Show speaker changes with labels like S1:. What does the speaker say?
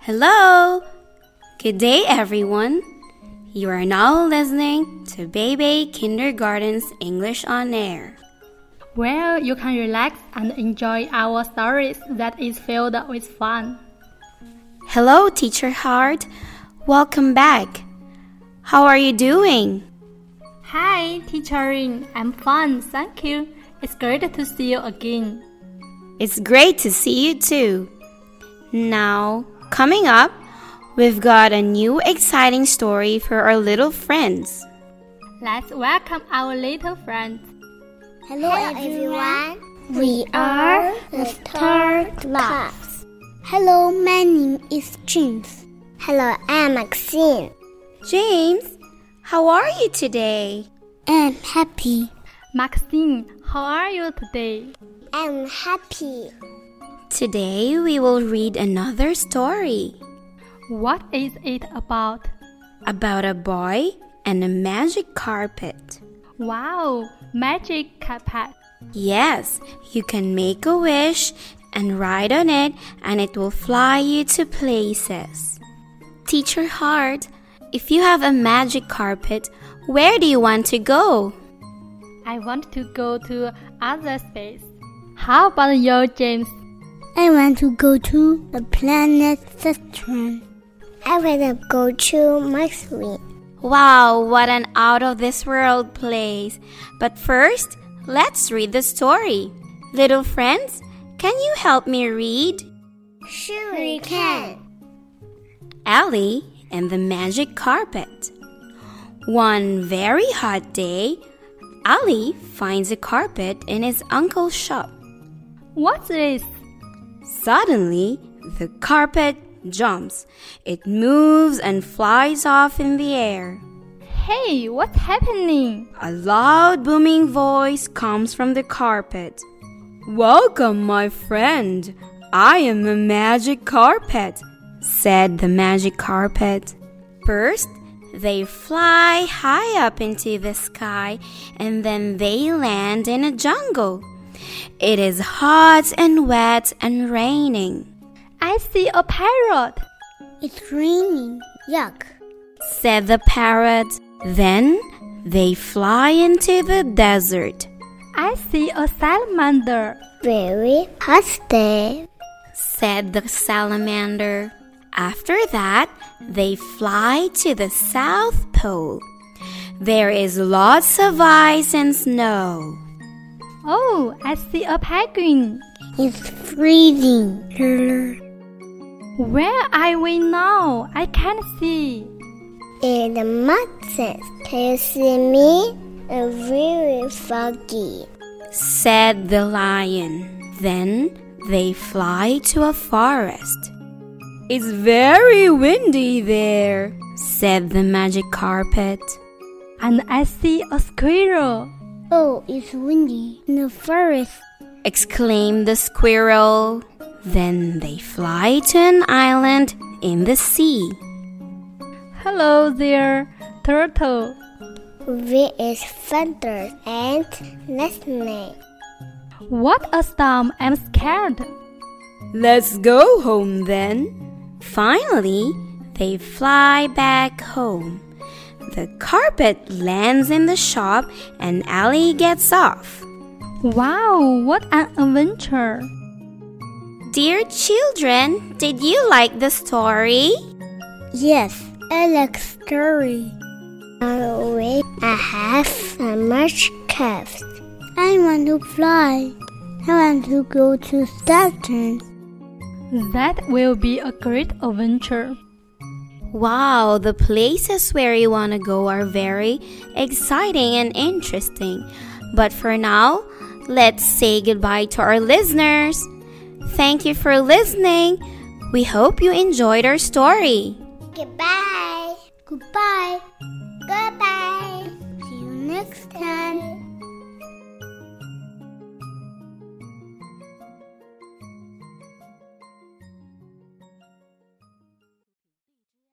S1: Hello! Good day, everyone. You are now listening to Baby Kindergarten's English on Air.
S2: where you can relax and enjoy our stories that is filled with fun.
S1: Hello, Teacher Hart. Welcome back. How are you doing?
S2: Hi, Teacher Ring. I'm fine, thank you. It's great to see you again.
S1: It's great to see you too. Now, coming up, we've got a new exciting story for our little friends.
S2: Let's welcome our little friends.
S3: Hello, everyone. We are the Star Clubs. Hello, my name is James. Hello, I'm Maxine.
S1: James, how are you today?
S3: I'm happy.
S2: Maxine, how are you today?
S3: I'm happy.
S1: Today we will read another story
S2: What is it about?
S1: about a boy and a magic carpet.
S2: Wow, magic carpet.
S1: Yes, you can make a wish and ride on it, and it will fly you to places. Teacher Hart, if you have a magic carpet, where do you want to go?
S2: I want to go to other space. How about you, James?
S3: I want to go to the planet Saturn. I want to go to Mars.
S1: Wow, what an out of this world place! But first, let's read the story. Little friends, can you help me read?
S3: Sure, we can.
S1: Ellie and the Magic Carpet. One very hot day, Ellie finds a carpet in his uncle's shop.
S2: What's this?
S1: Suddenly, the carpet jumps. It moves and flies off in the air.
S2: Hey, what's happening?
S1: A loud booming voice comes from the carpet. Welcome, my friend. I am the magic carpet, said the magic carpet. First, they fly high up into the sky and then they land in a jungle. It is hot and wet and raining.
S2: I see a parrot.
S3: It's raining. Yuck.
S1: said the parrot. Then they fly into the desert,
S2: I see a salamander.
S3: Very hot day.
S1: said the salamander. After that, they fly to the South Pole. There is lots of ice and snow,
S2: Oh, I see a penguin.
S3: It's freezing.
S2: Where are we now? I can't see.
S3: In the mountains, can you see me? It's really foggy.
S1: said the lion. Then they fly to a forest. It's very windy there, said the magic carpet.
S2: And I see a squirrel.
S3: Oh, it's windy in the forest.
S1: exclaimed the squirrel. Then they fly to an island in the sea,
S2: Hello there, turtle.
S3: There is thunder and lightning.
S2: What a storm! I'm scared.
S1: Let's go home then. Finally, they fly back home. The carpet lands in the shop and Ellie gets off.
S2: Wow, what an adventure!
S1: Dear children, did you like the story?
S3: Yes, I like story. On way, I have a much craft. I want to fly. I want to go to Saturn.
S2: That will be a great adventure.
S1: Wow, the places where you want to go are very exciting and interesting. But for now, let's say goodbye to our listeners. Thank you for listening. We hope you enjoyed our story.
S3: Goodbye. Goodbye.